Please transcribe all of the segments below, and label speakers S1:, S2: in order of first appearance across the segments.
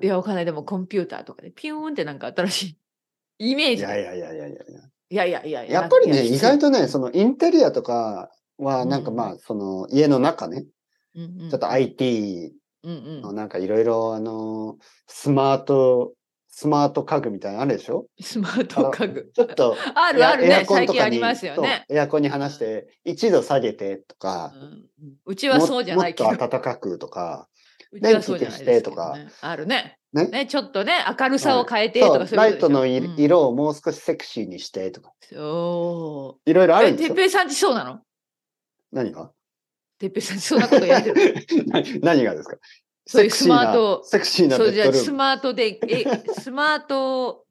S1: いや、わかんない。でもコンピューターとかでピューンってなんか新しいイメー
S2: い
S1: ジ。い
S2: や
S1: や
S2: い
S1: い
S2: やいやいやいや。
S1: やいやいや。
S2: やっぱりね、意外と
S1: と、
S2: ね、そのインテリアとかは、なんか
S1: うん
S2: まあ、その家の中ね、
S1: うんうん、
S2: ちょっと IT
S1: うんう
S2: の
S1: ん、
S2: なんかいろいろ、あの、スマート、スマート家具みたいなのあるでしょ
S1: スマート家具。
S2: ちょっと、
S1: あるある
S2: エア
S1: ね。
S2: コン
S1: 最
S2: と
S1: 近
S2: か
S1: あ
S2: に
S1: りますよね。
S2: そうエアコンに話して、1度下げてとか
S1: う、んうちはそうじゃないけど
S2: も。っと暖かくとか、
S1: うちはそうじゃないですけど
S2: 電気
S1: ね、あるね。
S2: ね
S1: ね、ちょっとね、明るさを変えてと
S2: そ
S1: か
S2: う、
S1: そう
S2: ラ
S1: いう
S2: イ
S1: こと
S2: トの
S1: でしょ
S2: い
S1: うん
S2: 色をもう少しセクシーにしてとか、
S1: そう。
S2: いろいろある
S1: え、
S2: んで
S1: て
S2: す
S1: っ
S2: よ。
S1: ぺいさんってそうなの
S2: 何が
S1: てっぺいさんってそんなことや ってる。
S2: 何何がですか
S1: そういう
S2: セクシーな
S1: スマート
S2: セクシーな
S1: そ
S2: ベ
S1: うじ
S2: ッ
S1: ゃ
S2: ド
S1: あ
S2: ル
S1: ス
S2: ーム。
S1: マートで、え、スマート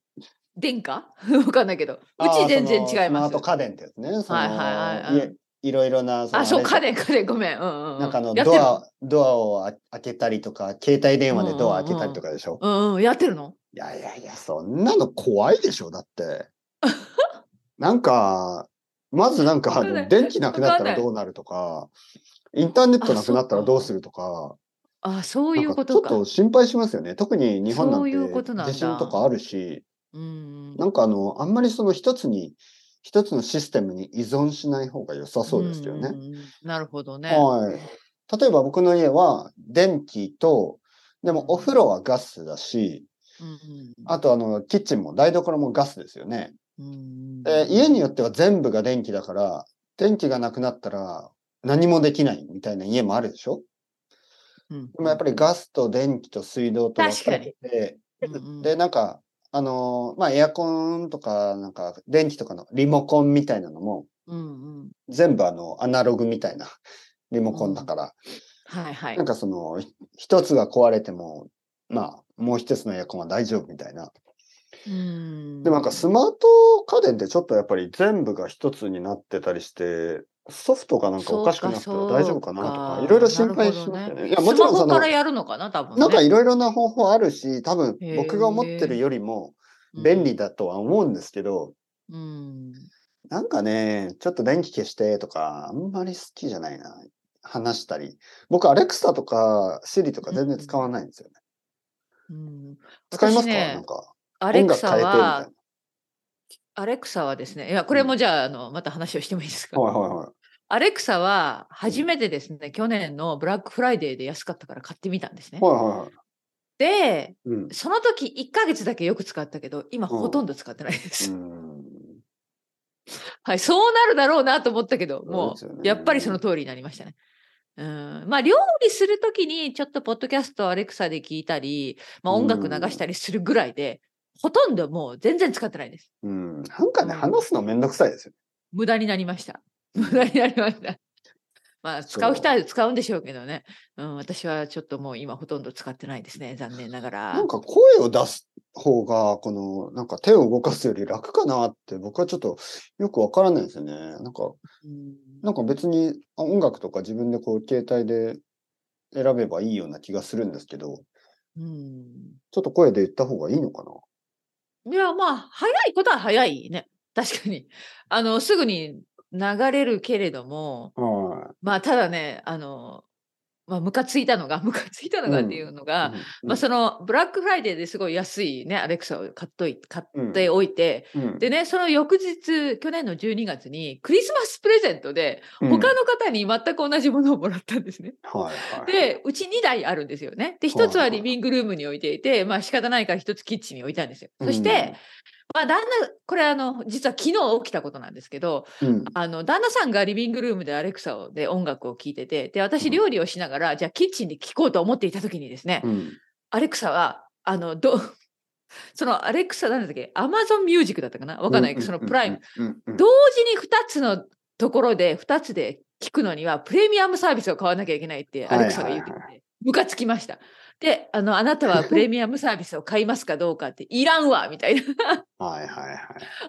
S1: 電化 わかんないけど。う
S2: あー
S1: ち全然
S2: その
S1: 違います
S2: スマート。家電ってやつね。その
S1: はいはいはいはい
S2: いいろいろな、の
S1: あ、そう、
S2: れ
S1: 家電、家電、ごめん。うんうんうん。
S2: なんかあの
S1: やってる
S2: ド
S1: の
S2: ア、ドアをあ開けたりとか、携帯電話でドア開けたりとかでしょ。
S1: うんうん、やってるの
S2: いやいやいや、そんなの怖いでしょ、だって。 なんか、まずなんか、
S1: わ
S2: あ
S1: かんない
S2: の電気なくなった
S1: わかん
S2: ら
S1: ない
S2: どうなるとか、インターネットなくなった
S1: あそっから
S2: どうするとか、
S1: あ、そういう
S2: なんか
S1: こ
S2: ち
S1: と
S2: ょっ
S1: か。
S2: と心配しますよね。特に日本な
S1: そういうこと
S2: ん
S1: なん
S2: て
S1: だ
S2: 地震とかあるし、
S1: うん
S2: なんかあの、あんまりその一つに、一つのシステムに依存しない方が良さそうですよね。
S1: んうんなるほどね。
S2: はい。例えば僕の家は電気と、でもお風呂はガスだし、
S1: うんうん
S2: あとあの、キッチンも台所もガスですよね。
S1: うん
S2: で家によっては全部が電気だから、電気がなくなったら何もできないみたいな家もあるでしょ
S1: うん
S2: でもやっぱりガスと電気と水道と分かれてて
S1: 確かにうんうん
S2: で、なんか、あのーまあ、エアコンとか、なんか、電気とかのリモコンみたいなのも、
S1: うんうん
S2: 全部あの、アナログみたいなリモコンだから、
S1: はいはい
S2: なん。かその、ひ一つが壊れても、まあ、もう一つのエアコンは大丈夫みたいな。
S1: うん
S2: でもなんかスマート家電ってちょっとやっぱり全部が一つになってたりして、ソフトがなんかおかしくなったら大丈夫かなとか
S1: そ、う
S2: いろいろ心配しま
S1: な
S2: すよ
S1: るほど
S2: ね。
S1: ね
S2: いや、もちろん
S1: スマ
S2: そ
S1: ホか
S2: の
S1: ら、やるのかな、多分、ね。
S2: なんかいろいろな方法あるし、多分
S1: へー
S2: 僕が思ってるよりも便利だとは思うんですけど、
S1: うん。
S2: なんかね、ちょっと電気消してとか、あんまり好きじゃないな。話したり。僕、アレクサとか、シリとか全然使わないんですよね。
S1: うん、
S2: 使いますか
S1: 私ね
S2: なんか、
S1: アレ
S2: 音
S1: ク
S2: 楽
S1: サ
S2: 変えてみたい
S1: は、アレクサはですね、いや、これもじゃあ、あの、また話をしてもいいですか。
S2: な。はいはいはい。
S1: アレクサは、初めてですね、去年のブラックフライデーで安かったから買ってみたんですね。
S2: はいはいはい。
S1: で、
S2: うん。
S1: その時1ヶ月だけよく使ったけど、今
S2: うん
S1: ほとんど使ってないです。
S2: うん
S1: はい、そうなるだろうなと思ったけど、
S2: そう
S1: も
S2: ですよね
S1: う、やっぱりその通りになりましたね。うん、まあ、料理するときに、ちょっとポッドキャストをアレクサで聞いたり、まあ、
S2: うん
S1: 音楽流したりするぐらいで、ほとんどもう全然使ってないです。
S2: うん。なんかね、
S1: うん
S2: 話すのめんどくさいですよ。
S1: 無駄になりました。無駄になりました。まあ、使う人は使うんでしょうけどね。うん、私はちょっともう今ほとんど使ってないですね。残念ながら。
S2: なんか声を出す方が、この、なんか手を動かすより楽かなって、僕はちょっとよくわからないですよね。なんか、
S1: うん
S2: なんか別にあ音楽とか自分でこう携帯で選べばいいような気がするんですけど、
S1: うん
S2: ちょっと声で言った方がいいのかない
S1: や、まあ、早いことは早いね。確かに。あの、すぐに流れるけれども、
S2: は
S1: まあ、ただね、あの、まあ、ムカついたのが、 ムカついたのがっていうの
S2: い
S1: が、
S2: うん
S1: まあ、その、ブラックフライデーですごい安いね、アレクサを買っとい買っておいて、
S2: うん
S1: でね、その翌日、去年の12月に、クリスマスプレゼントで、
S2: うん
S1: 他の方に全く同じものをもらったんですね。
S2: はいはい。
S1: で、うち2台あるんですよね。で、
S2: はいはい
S1: 1つはリビングルームに置いていて、まあ仕方ないから1つキッチンに置いたんですよ。そして、まあ旦那、これあの、実は昨日起きたことなんですけど、
S2: うん、うん
S1: あの、旦那さんがリビングルームでアレクサをで音楽を聴いてて、で、
S2: う
S1: 私
S2: ん
S1: 料理をしながら、じゃあキッチンで聴こうと思っていた時にですね、
S2: うん
S1: アレクサは、あの、ど、そのアレクサなんだっけ、アマゾンミュージックだったかなわかんないけど、そのプライム。。
S2: うんうん
S1: 同時に2つのところで2つで聞くのにはプレミアムサービスを買わなきゃいけないって
S2: は
S1: ア
S2: い
S1: レクサが言ってきて、ムカつきました。で、あの、あなたはプレミアムサービスを買いますかどうかって、いらんわみたいな。
S2: はいはいはい。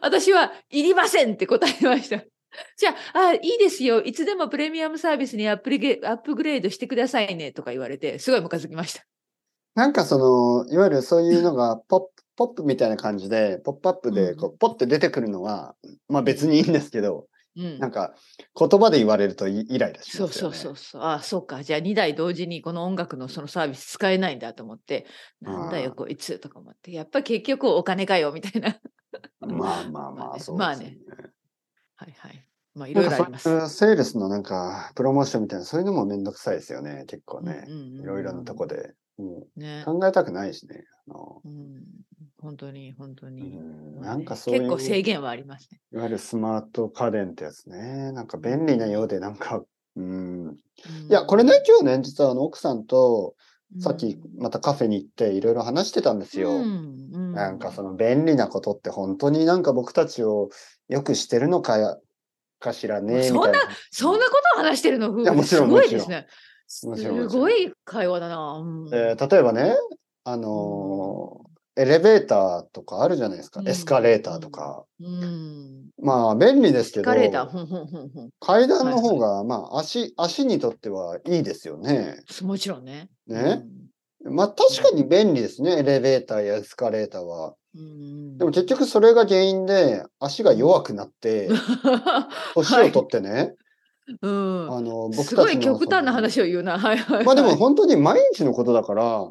S1: 私は、いりませんって答えました。 じゃあ、あいいですよ。いつでもプレミアムサービスにアップリゲアップグレードしてくださいねとか言われて、すごいムカつきました。
S2: なんかその、いわゆるそういうの がポップ、ポップみたいな感じで、ポップアップで、こ
S1: う
S2: う、ポッて出てくるのは、まあ別にいいんですけど、
S1: うん
S2: なんか言葉で言われるとイイライラし
S1: そ
S2: ま
S1: う
S2: す
S1: そ
S2: よ
S1: う
S2: ね。
S1: そうそう。ああ、そうか。じゃあ2台同時にこの音楽のそのサービス使えないんだと思って、なんだ
S2: う
S1: よ
S2: ん
S1: こいつとか思って、やっぱ結局お金かよみたいな。
S2: まあまあまあ、そう
S1: まあ
S2: です
S1: ね
S2: ね。
S1: はいはい。まあい
S2: な
S1: ろ
S2: ん
S1: い
S2: か
S1: ろあ
S2: そう
S1: ります。
S2: いうセールスのなんかプロモーションみたいな、そういうのもめんどくさいですよね、結構ね。い
S1: い
S2: ろいろなとこ。で。もう
S1: ね。
S2: 考えたくないしね。あの
S1: うん、本当に本当
S2: う
S1: に。
S2: ん
S1: まあ
S2: なん
S1: ね
S2: かそういう、
S1: 結構制限はありますね。
S2: いわゆるスマート家電ってやつね。なんか便利なようで、なんか、うん。いや、これね、今日ね、実はあの奥さんと、
S1: うん、
S2: さっきまたカフェに行っていろいろ話してたんですよ。
S1: うんう
S2: なんかその便利なことって本当になんか僕たちをよくしてるのかやかしらね。
S1: そんな
S2: みたい
S1: そんなことを話してるの夫
S2: いや
S1: 婦
S2: もちろ
S1: す
S2: ん
S1: ごいです
S2: も
S1: ね。
S2: もちろん
S1: すごい会話だな。うん
S2: えー例えばね、あのーエレベーターとかあるじゃないですか。
S1: うん
S2: エスカレーターとか。
S1: うん、
S2: まあ便利ですけど
S1: エスカ、レーター、ほんほんほんほん
S2: 階段の方が、まあ足、足にとってはいいですよね。
S1: そう。もちろんね。
S2: ね。まあ確かに便利ですね。エレベーターやエスカレーターは。
S1: うん。うん
S2: でも結局それが原因で足が弱くなって、 年を取ってね、
S1: うん
S2: あの、僕たち
S1: すごい
S2: の
S1: 極端な
S2: その
S1: 話を言うな。はいはいはい、
S2: まあでも本当に毎日のことだから、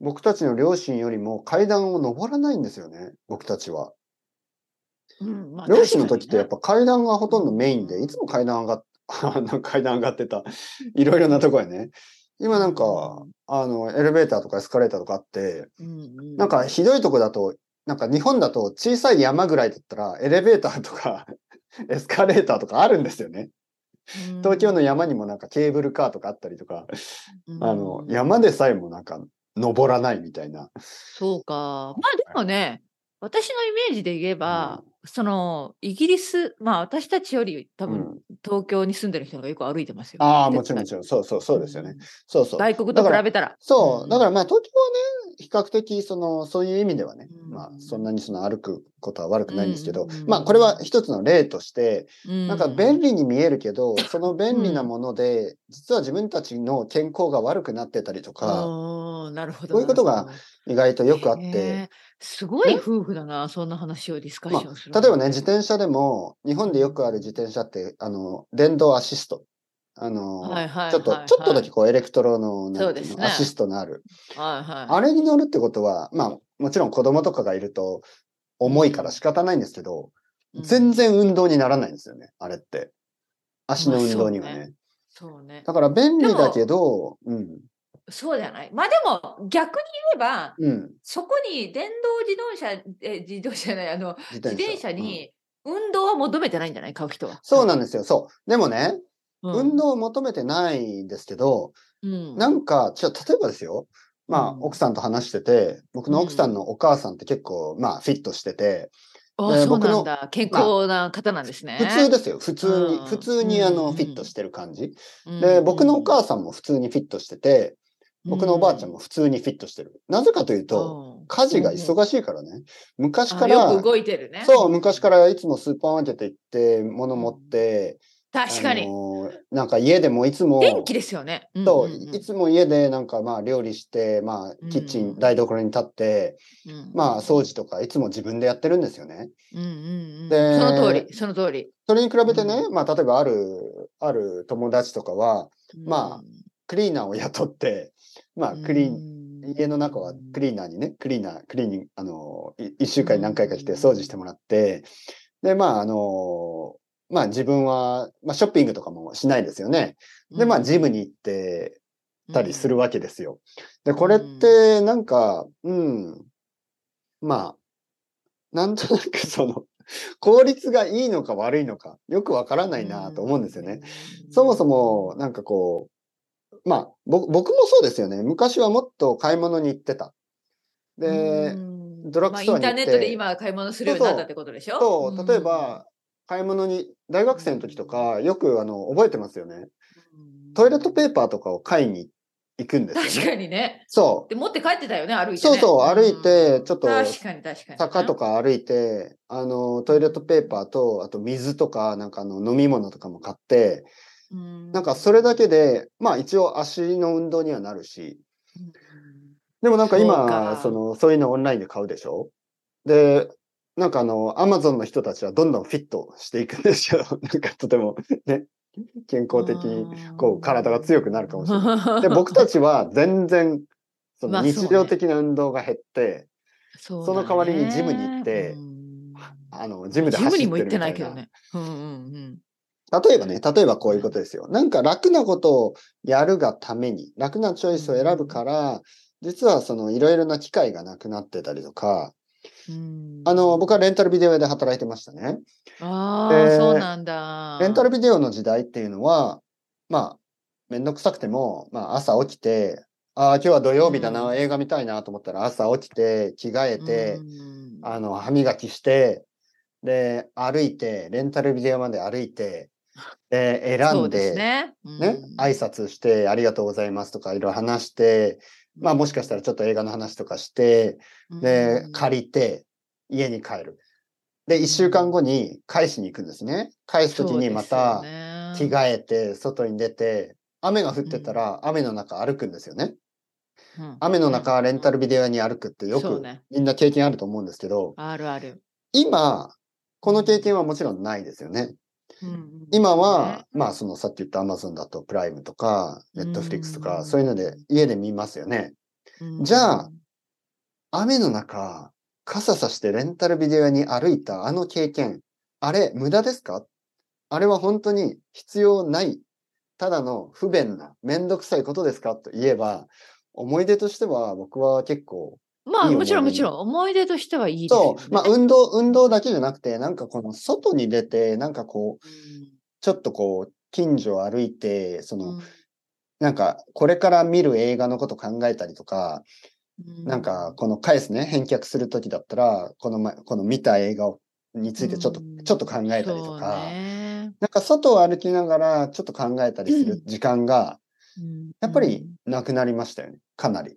S2: 僕たちの両親よりも階段を登らないんですよね、僕たちは。
S1: うん、まあ
S2: 両親の時ってやっ
S1: 確
S2: ぱ階段がほとんどメイン
S1: う
S2: で、
S1: ん
S2: いつも階段上がっ、 あの階段上がってた。いろいろなとこへね。今なんか、あの、エレベーターとかエスカレーターとかあって、
S1: かにね、うんうん
S2: なんかひどいとこだと、なんか日本だと小さい山ぐらいだったら、エレベーターとか エスカレーターとかあるんですよね。東京の山にもなんかケーブルカーとかあったりとか、
S1: うん
S2: あの
S1: う、ん
S2: 山でさえもなんか登らないみたいな。
S1: そうか。まあでもね、私のイメージで言えば、そのイギリス、まあ私たちより多
S2: う
S1: 分
S2: ん
S1: 東京に住んでる人がよく歩いてますよ。
S2: ああ、もちろんも
S1: 絶
S2: ちろん。そうそう、そうですよね。そうそう。
S1: 対。外国
S2: だ
S1: と
S2: から
S1: 比べたら。
S2: そう。だから
S1: ら、
S2: まあ東京はね、比較的その、そういう意味ではね、
S1: うん
S2: まあそんなにその歩くことは悪くないんですけど
S1: うんうんうん、
S2: まあこれは一つの例として、な
S1: な
S2: んか便利に見えるけ ど、その便利なもので、実は自分たちの健康が悪くなってたりとか、
S1: なるほど。
S2: こういうことが
S1: なる
S2: 意外とよくあっ
S1: ほど。へ
S2: て
S1: え、すごい
S2: ね
S1: 夫婦だな、そんな話をディスカッ
S2: ま
S1: ションする
S2: あ
S1: の。
S2: 例えばね、自転車でも、日本でよくある自転車って、あの、電動アシスト。あの、
S1: はいはいはいはい
S2: ちょっと、ちょっとだけこう、エレクトロの、なんてい
S1: そうですね
S2: アシストのある。
S1: はいはい。
S2: あれに乗るってことは、まあ、もちろん子供とかがいると、重いから仕方ないんですけど、
S1: うん
S2: 全然運動にならないんですよね、あれって。足の運動には
S1: まあそ
S2: ね。
S1: うそうね。
S2: だから便利だけど、うん。
S1: そうじゃない。まあでも逆に言えば、
S2: うん。
S1: そこに電動自動車、え自動車じゃない、あの、
S2: 自
S1: 自転車
S2: うん
S1: に運動は求めてないんじゃない買う人は。
S2: そうなんんですよ。そう。でもね、運
S1: 動、
S2: 動を求めてないんですけど、
S1: うん
S2: なんか、じゃあ例えばですよ。まあ、
S1: うん
S2: 奥さんと話してて、僕の奥さんのお母さんって結構、まあ、フィットしてて、
S1: あ
S2: えー
S1: そう
S2: 僕
S1: な
S2: の
S1: んだ。健康な方なんですね。
S2: 普通ですよ。普通に、
S1: うん
S2: 普通にあ
S1: うんう
S2: の、
S1: ん
S2: フィットしてる感じ。
S1: うん
S2: で、僕のお母さんも普通にフィットしてて、僕のおばあちゃん
S1: も
S2: も普通にフィットしてる。なぜかというと、家事が忙しいからね。昔から、
S1: よく動いてるね。
S2: そう、昔からいつもスーパーマーケット行って、物持って、
S1: 確か
S2: あ
S1: に。
S2: のーなんか家でもいつも、
S1: 電気ですよね。うん
S2: そう、
S1: うんうん
S2: いつも家でなんかまあ料理して、まあキッチン、
S1: うん
S2: 台所に立って、
S1: うん
S2: まあ掃除とかいつも自分でやってるんですよね。
S1: うんうんうん
S2: で
S1: その通り、その通り。
S2: それに比べてね、まあ例えばある、ある友達とかはまあクリーナーを雇って、まあクリーン、
S1: ン
S2: 家の中はクリーナーにね、クリーナー、クリーニング、あのー、い一週間に何回か来て掃除してもらって、で、まああのー、まあ自分は、まあショッピングとかもしないですよね。で、まあジムに行って、ったりするわけですよ。で、これって、なんか、うん、まあ、なんとなくその、効率がいいのか悪いのか、よくわからないなと思うんですよね。。そもそも、なんかこう、まあ、ぼ僕もそうですよね。昔はもっと買い物に行ってた。で、ドラッグストアに行って
S1: まあ、インターネットで今買い物するようになったってことでしょ
S2: と、例え、
S1: うん
S2: ば、買い物に、大学生の時とか、よくあの、覚えてますよね。トイレットペーパーとかを買いに行くんですよ、ね。
S1: 確かにね。
S2: そう。
S1: で、持って帰ってたよね、歩いて、ね。
S2: そうそう歩いて
S1: うん
S2: ちょっと
S1: 確かに確かに。
S2: 坂と
S1: か。
S2: か歩いて、あの、トイレットペーパーと、あと水とか、なんかあの、飲み物とかも買って、
S1: な
S2: なんかそれだけで、まあ一応足の運動にはなるし、でもなんか
S1: そう
S2: 今、
S1: か
S2: その、そういうのオンラインで買うでしょで、なんかあの、アマゾンの人たちはどんどんフィットしていくんですよ。 なんかとてもね、健康的に、こう、体が強くなるかもしれない。
S1: ない
S2: で、僕たちは全然、そ
S1: ま
S2: の
S1: あそうね
S2: 日常的な運動が減って、
S1: そ
S2: その代わりにジムに行って
S1: うん
S2: あの、ジムで
S1: ジム
S2: 走
S1: に
S2: っ
S1: も
S2: てる
S1: 行っ
S2: み
S1: て
S2: た
S1: ないいけ
S2: な。
S1: どね。うんうんうん。
S2: 例えばね、例えばこういうことですよ。なんか楽なことをやるがために、楽なチョイスを選ぶから、実はそのいろいろな機会がなくなってたりとか、
S1: うん
S2: あの、僕はレンタルビデオ屋で働いてましたね。
S1: ああ、
S2: えー
S1: そうなんだ。
S2: レンタルビデオの時代っていうのは、まあ、めんどくさくても、まあ、朝起きて、ああ、今日は土曜日だな、
S1: うん
S2: 映画見たいなと思ったら、朝起きて、着替えて、
S1: うん
S2: あの、歯磨きして、で、歩いて、レンタルビデオまで歩いて、で、
S1: そ
S2: 選ん
S1: う
S2: で、
S1: すね。うん
S2: ね、挨拶して、ありがとうございますとか、いろいろ話して、まあ、もしかしたらちょっと映画の話とかして、で、借りて、家に帰る。で、1週間後に返しに行くんですね。返すときにまた、着替えて、外に出て、雨が降ってたら、雨の中歩くんですよね。雨の中、レンタルビデオ屋に歩くって
S1: デ
S2: よ
S1: そう
S2: く
S1: ね。
S2: みんな経験あると思うんですけど、
S1: あるある。
S2: 今、この経験はもちろんないですよね。
S1: うんうん
S2: 今は、まあ、そのさっき言った Amazon だと、プライムとか、Netflix と
S1: う
S2: か、
S1: ん
S2: そういうので家で見ますよね。
S1: うん
S2: じゃあ雨の中、傘さしてレンタルビデオ屋に歩いたあの経験、あれ、無駄ですかあれは本当に必要ない、ただの不便な、めんどくさいことですかと言えば、思い出としては僕は結構、
S1: まあ、
S2: いい思い出
S1: もちろんもちろん、思い出としてはいいですよ
S2: そ
S1: ね。
S2: う、まあ運動、運動だけじゃなくて、なんかこの外に出て、なんかこう、ちょっとこう、近所を歩いて、そ
S1: うん
S2: の、なんか、これから見る映画のこと考えたりとか、
S1: うん
S2: なんか、この返すね、返却するときだったら、この前、この見た映画をについてちょっと、
S1: うん
S2: ちょっと考えたり
S1: そ
S2: と
S1: う
S2: か、
S1: ね
S2: なんか外を歩きながらちょっと考えたりする時間が、
S1: うん
S2: やっぱりなくなりましたよね。かなり。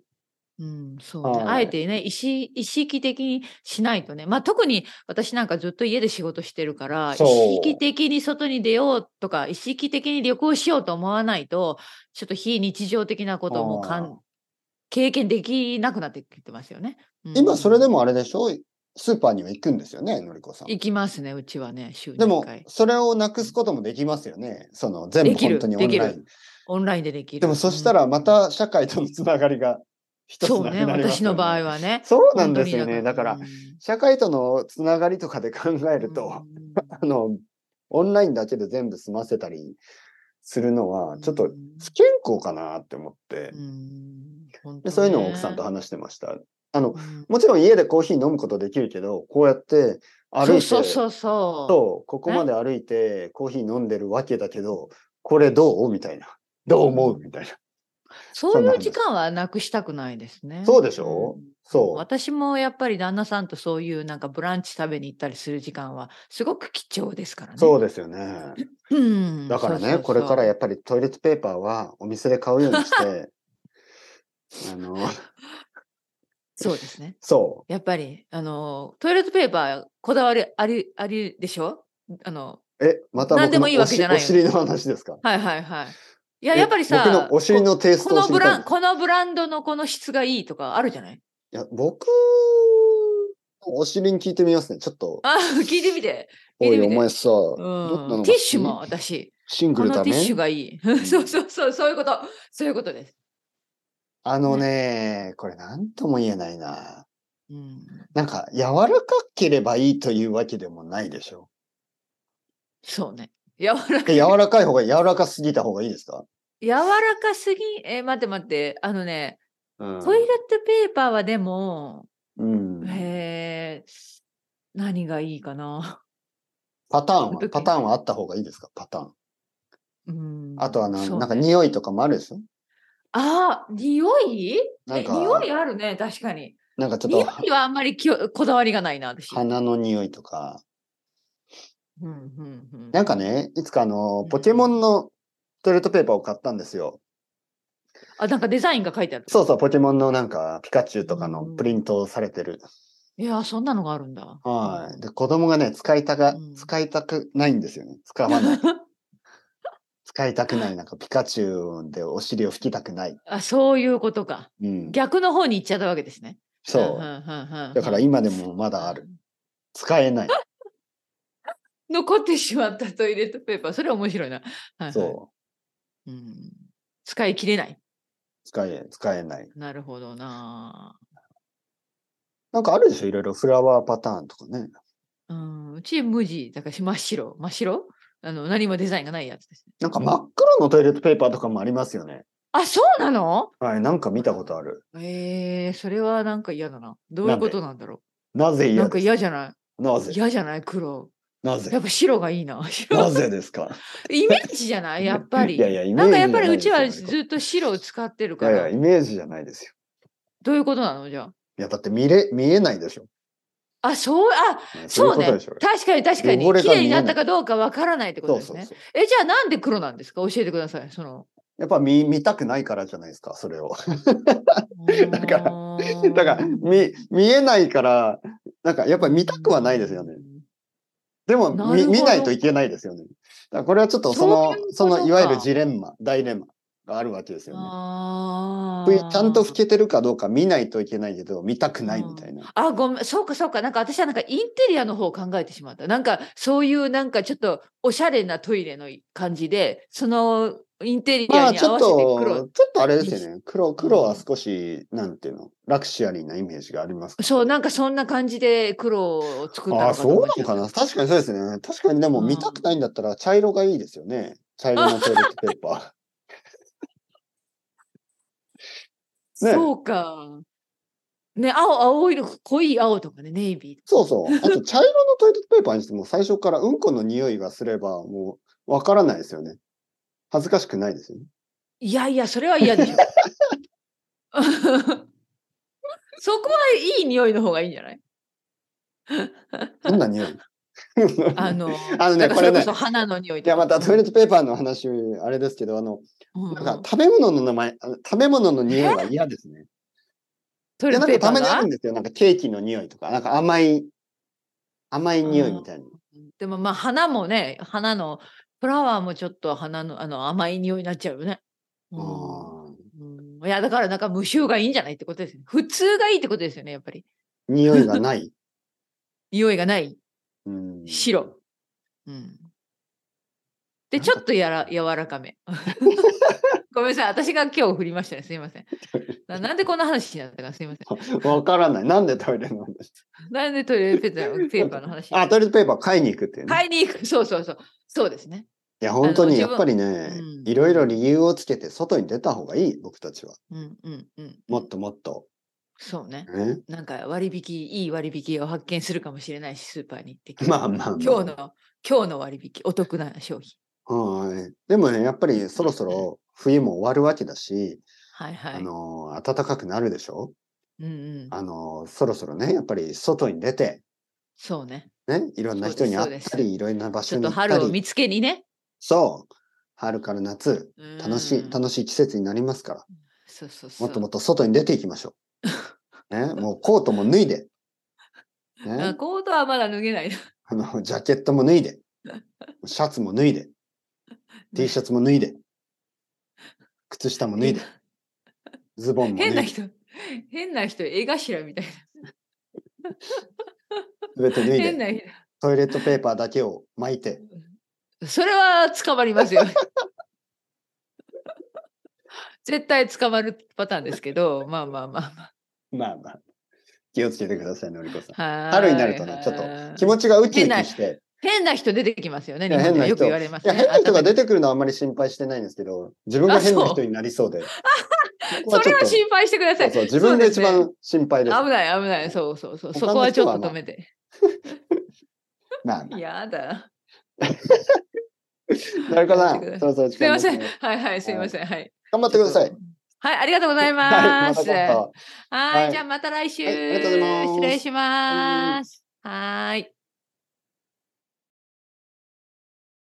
S1: うん、そうね。
S2: はい
S1: あえてね、意識意識的にしないとね。まあ特に私なんかずっと家で仕事してるから、意
S2: そう
S1: 識的に外に出ようとか、意識的に旅行しようと思わないと、ちょっと非日常的なこともか
S2: あー
S1: ん経験できなくなってきてますよね。うん
S2: 今、それでもあれでしょスーパーには行くんですよね、のりこさん。
S1: 行きますね、うちはね、週に
S2: で
S1: 1
S2: も
S1: 回、。
S2: それをなくすこともできますよね。その、全部
S1: できる
S2: 本当にオンラ
S1: で
S2: イ
S1: き
S2: ン。
S1: オンラインでできる。
S2: でも、そしたらまた社会とのつながりが
S1: うん、
S2: 一つ
S1: そう
S2: なく
S1: ね、
S2: なります
S1: 私
S2: よね
S1: の場合。はね。
S2: そうなんですよね。
S1: 本
S2: だか
S1: 当に
S2: ら
S1: う、ん
S2: 社会とのつながりとかで考えると、
S1: うん
S2: あの、オンラインだけで全部済ませたりするのは、 ちょっ
S1: う
S2: と
S1: ん
S2: 不健康かなって思って
S1: う、ん本当
S2: でそういうのを
S1: ね
S2: 奥さんと話してました。あの、
S1: うん
S2: もちろん家でコーヒー飲むことできるけど、こうやって歩いて、
S1: そうそうそうそう。
S2: そうここまで歩いてコーヒー飲んでるわけだけど、これどうみたいな。どう思うみたいな。
S1: そうい
S2: そんな
S1: う
S2: 話
S1: 時間はなくしたくないですね。
S2: そうでしょ
S1: ん
S2: そう。
S1: 私もやっぱり旦那さんとそういうなんかブランチ食べに行ったりする時間はすごく貴重ですからね。
S2: そうですよね。
S1: うん
S2: だからね、
S1: そうそうそう
S2: これからやっぱりトイレットペーパーはお店で買うように して、あの、
S1: そうですね。
S2: そう、
S1: やっぱりあのトイレットペーパーこだわりありありでしょあの
S2: え、また
S1: 何でも
S2: 僕の
S1: いいわけじゃないよ
S2: お尻お尻の話ですか
S1: はいはいはい。い
S2: い
S1: ややっぱりさ
S2: 僕のお尻のテイス
S1: ここ
S2: トを知
S1: の
S2: り
S1: ブ
S2: たい
S1: ラ
S2: ん
S1: ン
S2: です。
S1: このブランドのこの質がいいとかあるじゃない
S2: いや、僕、お尻に聞いてみますね。ちょっと、
S1: あ聞いてみて。聞い
S2: お
S1: て
S2: い、
S1: み
S2: お
S1: て
S2: 前さ、
S1: う
S2: どっかの
S1: ん、ティッシュも私。
S2: シング
S1: こ
S2: ル
S1: の
S2: だ
S1: ティッシ
S2: ね。
S1: ュがいい。
S2: ん
S1: そうそうそう、そういうこと。そういうことです。
S2: あのね、これなんとも言えないな。
S1: うん、
S2: なんか、柔らかければいいというわけでもないでしょ。
S1: そうね。柔ら か
S2: え柔らかい方が、柔らかすぎた方がいいですか
S1: 柔らかすぎ、えー待って待って。あのね、
S2: うん
S1: トイレットペーパーはでも、
S2: うん。
S1: えー何がいいかな。
S2: パターン
S1: その
S2: は、
S1: 時
S2: パターンはあった方がいいですかパターン。
S1: うん、
S2: あとはな、
S1: そう
S2: なんか
S1: ね、
S2: 匂いとかもあるでしょ
S1: あー、匂い
S2: なん
S1: え
S2: か
S1: 匂いあるね、確かに。
S2: なんかちょっ
S1: 匂
S2: と、
S1: いはあんまりきょこだわりがないな、私。
S2: 鼻の匂いとか。
S1: うんうんうん、
S2: なんかね、いつかあ
S1: う
S2: の
S1: ん、
S2: ポケモンのトイレットペーパーを買ったんですよ。
S1: あ、なんかデザインが書いてある。
S2: そうそう、ポケモンのなんか、ピカチュウとか
S1: う
S2: の
S1: ん
S2: プリントされてる。
S1: いやー、そんなのがあるんだ。
S2: はい。で、子供がね、使いたが
S1: うん、
S2: 使いたくないんですよね。使わ ない。使いたくない。なんか、ピカチュウでお尻を拭きたくない。
S1: あ、そういうことか。
S2: うん。
S1: 逆の方に行っちゃったわけですね。
S2: そう。だ
S1: だ
S2: から今でもまだある。。使えない。
S1: 残ってしまったトイレットペーパー。それは面白いな。はいはい、。
S2: そう
S1: うん。使い切れない。
S2: う。使え、使えない。
S1: なるほどな。
S2: なんかあるでしょいろいろフラワーパターンとかね。
S1: うん。うち無地、だから真っ白。真っ白あの、何もデザインがないやつです。
S2: なんか真っ黒のトイレットペーパーとかもありますよね。
S1: あ、そうなの
S2: はい、なんか見たことある。
S1: ええそれはなんか嫌だな。どうい
S2: な
S1: うん
S2: で
S1: ことなんだろ
S2: なぜ
S1: う。な
S2: 嫌
S1: んか
S2: です
S1: 嫌じゃない
S2: なぜ
S1: 嫌じゃない黒。
S2: な
S1: や
S2: ぜ
S1: っぱ白がいいな。
S2: なぜですか
S1: イメージじゃないやっぱり。
S2: いやいや、イメージ
S1: なん
S2: じゃ
S1: か
S2: な
S1: やっ
S2: い
S1: ぱりう
S2: です
S1: ち
S2: よ
S1: はずっと白を使ってる
S2: い
S1: か
S2: やい
S1: ら。
S2: や、イメージじゃないですよ。
S1: どういうことなのじゃあ。
S2: いや、だって見れ、見えないでしょ。
S1: あ、そう、あ、
S2: ね
S1: そう
S2: い
S1: ね。
S2: ことでしょうよ。
S1: 確かに確かに。
S2: 汚れが
S1: 綺麗になっ
S2: 見えな
S1: た
S2: い
S1: かどうかわからないってこと
S2: そう
S1: です
S2: そう
S1: ね。
S2: そう。
S1: え、じゃあなんで黒なんですか教えてください。その。
S2: やっぱ見、見たくないからじゃないですか、それを。 だから
S1: ら
S2: だから、見、見えないから、なんか、やっぱり見たくはないですよね。。でも、
S1: なる
S2: 見
S1: ほど
S2: 見ないといけないですよね。だからこれはちょっとその、
S1: そういうことか
S2: その、いわゆるジレンマ、ダイレンマがあるわけですよね。
S1: あ
S2: ふい
S1: あ。
S2: ちゃんと拭けてるかどうか見ないといけないけど、見たくないみたいな。
S1: あ、ごめん、そうかそうか。なんか私はなんかインテリアの方を考えてしまった。なんかそういうなんかちょっとおしゃれなトイレの感じで、そのインテリ
S2: ま
S1: ア
S2: あ
S1: に
S2: ち
S1: 合
S2: ょ
S1: わ
S2: っ
S1: せて
S2: と、
S1: 黒。
S2: ちょっとあれですよね。黒、黒は少し、なんていうの、ラクシュアリーなイメージがあります。
S1: そう、なんかそんな感じで黒を作ったの
S2: あ
S1: か
S2: あ、そうな
S1: と
S2: のか
S1: 思っ
S2: な。確かにそうですね。確かにでも
S1: うん
S2: 見たくないんだったら茶色がいいですよね。茶色のトイレットペー パね
S1: ちゃった。そうか。ね、青、青色、濃い青とかね、ネイビー。
S2: ー。そうそう。あと茶色のトイレットペーパーにしても最初からうんこの匂いがすればもうわからないですよね。恥ずかしくないですよね。
S1: いやいや、それは嫌で しょ。そこはいい匂いの方がいいんじゃない
S2: どんな匂い
S1: あの、
S2: あのね
S1: なんか
S2: これね
S1: それこそ花の匂い
S2: い
S1: とか。
S2: や、またトイレットペーパーの話、あれですけど、あの、
S1: うん
S2: なんか食べ物の名前、あの食べ物の匂いは嫌ですね。
S1: トイ
S2: い
S1: レ
S2: や、な
S1: ット
S2: ん
S1: ペ
S2: か
S1: ー
S2: たま
S1: パー
S2: にあ
S1: が
S2: るんですよ。なんかケーキの匂いとか、なんか甘い、甘い匂いみたいな。
S1: でもまあ花もね、花の、フラワーもちょっと花のあの甘い匂いになっちゃうよね。うん
S2: あー
S1: うん、いや、だからなんか無臭がいいんじゃないってことですよね。普通がいいってことですよね、やっぱり。
S2: 匂いが ない。
S1: 匂いがない、
S2: うん
S1: 白。うん。で、ちょっとやら柔ら かめ。ごめんなさい、私が今日振りましたね、すいま せん。ななんでこんな話になったか、すいません。
S2: わからない。なんでトイレの話
S1: なんでトイレットペーパーの話
S2: あ、トイレットペーパー買いに行くっていうね。い、
S1: 買いに行く。そうそうそう。そうですね。
S2: や、本当に
S1: あの
S2: やっぱりね
S1: 自分う、ん
S2: いろいろ理由をつけて外に出た方がいい、僕たちは。
S1: うんうんうん。
S2: もっともっと。
S1: そうね。
S2: ね、
S1: なんか割引、いい割引を発見するかもしれないし、スーパーに行って。
S2: まあまあまあ
S1: 今日の、今日の割引、お得な商品。
S2: はい。でもね、やっぱりそろそろ冬も終わるわけだし、
S1: はいは
S2: あ
S1: い。
S2: のー、暖かくなるでしょ
S1: うんうん。
S2: あのー、そろそろね、やっぱり外に出て、
S1: そうね。
S2: ね、いろんな人に
S1: そう
S2: 会っ
S1: です
S2: た
S1: そうです
S2: り、いろんな場
S1: ち
S2: 所
S1: ょっ
S2: に行
S1: と
S2: った
S1: 春を
S2: り。
S1: 見つけにね。
S2: そう。春から夏、楽し
S1: う
S2: い、
S1: ん
S2: 楽しい季節になりますから。
S1: そうそうそう。
S2: もっともっと外に出ていきましょう。 ね、もうコートも脱いで。
S1: あ
S2: ね、
S1: コートはまだ脱げないな。
S2: あの、ジャケットも脱いで。シャツも脱いで。T シャツも脱いで。靴下も脱いで。ズボンも脱い
S1: 変な
S2: で。
S1: 人、変な人、絵頭みたい
S2: すべて脱
S1: な。
S2: い
S1: 変
S2: で。
S1: な人。
S2: トイレットペーパーだけを巻いて。
S1: それは捕まりますよ。 絶対捕まるパターンですけど、まあまあまあまあ。
S2: まあまあ。気をつけてくださいね、のりこさん。
S1: はーい
S2: 春になるとね、ちょっと気持ちがウキウキして。
S1: 変な人出てきますよね。
S2: い
S1: 日
S2: や
S1: 本では
S2: 変な人
S1: よく言われま
S2: い
S1: す
S2: や、
S1: ね。
S2: 変な人が出
S1: て
S2: てくるのはあんまり心配してないんですけど、自分が変な人になりそうで。
S1: それは
S2: 心
S1: 心配してくださ
S2: そうそう、
S1: い。
S2: 自分が一
S1: そうです
S2: 番心配
S1: ね
S2: です。
S1: 危ない危ない。そうそうそう。
S2: 他
S1: そ
S2: の
S1: こはちょ
S2: 人は
S1: っ
S2: まあ
S1: と止めて。
S2: まあまあ。
S1: やだ。
S2: なるか
S1: や
S2: な
S1: ってください
S2: そうそう、
S1: すみませ
S2: 時
S1: ん。
S2: 間ですね
S1: はいはい。すみません。はい。
S2: 頑張ってください。
S1: はい。ありがとうござ
S2: は
S1: い
S2: い、
S1: ま
S2: また
S1: す。
S2: 今度。
S1: はいい。じゃあまた来週。
S2: はいありがとうございます
S1: 失礼します。はーい。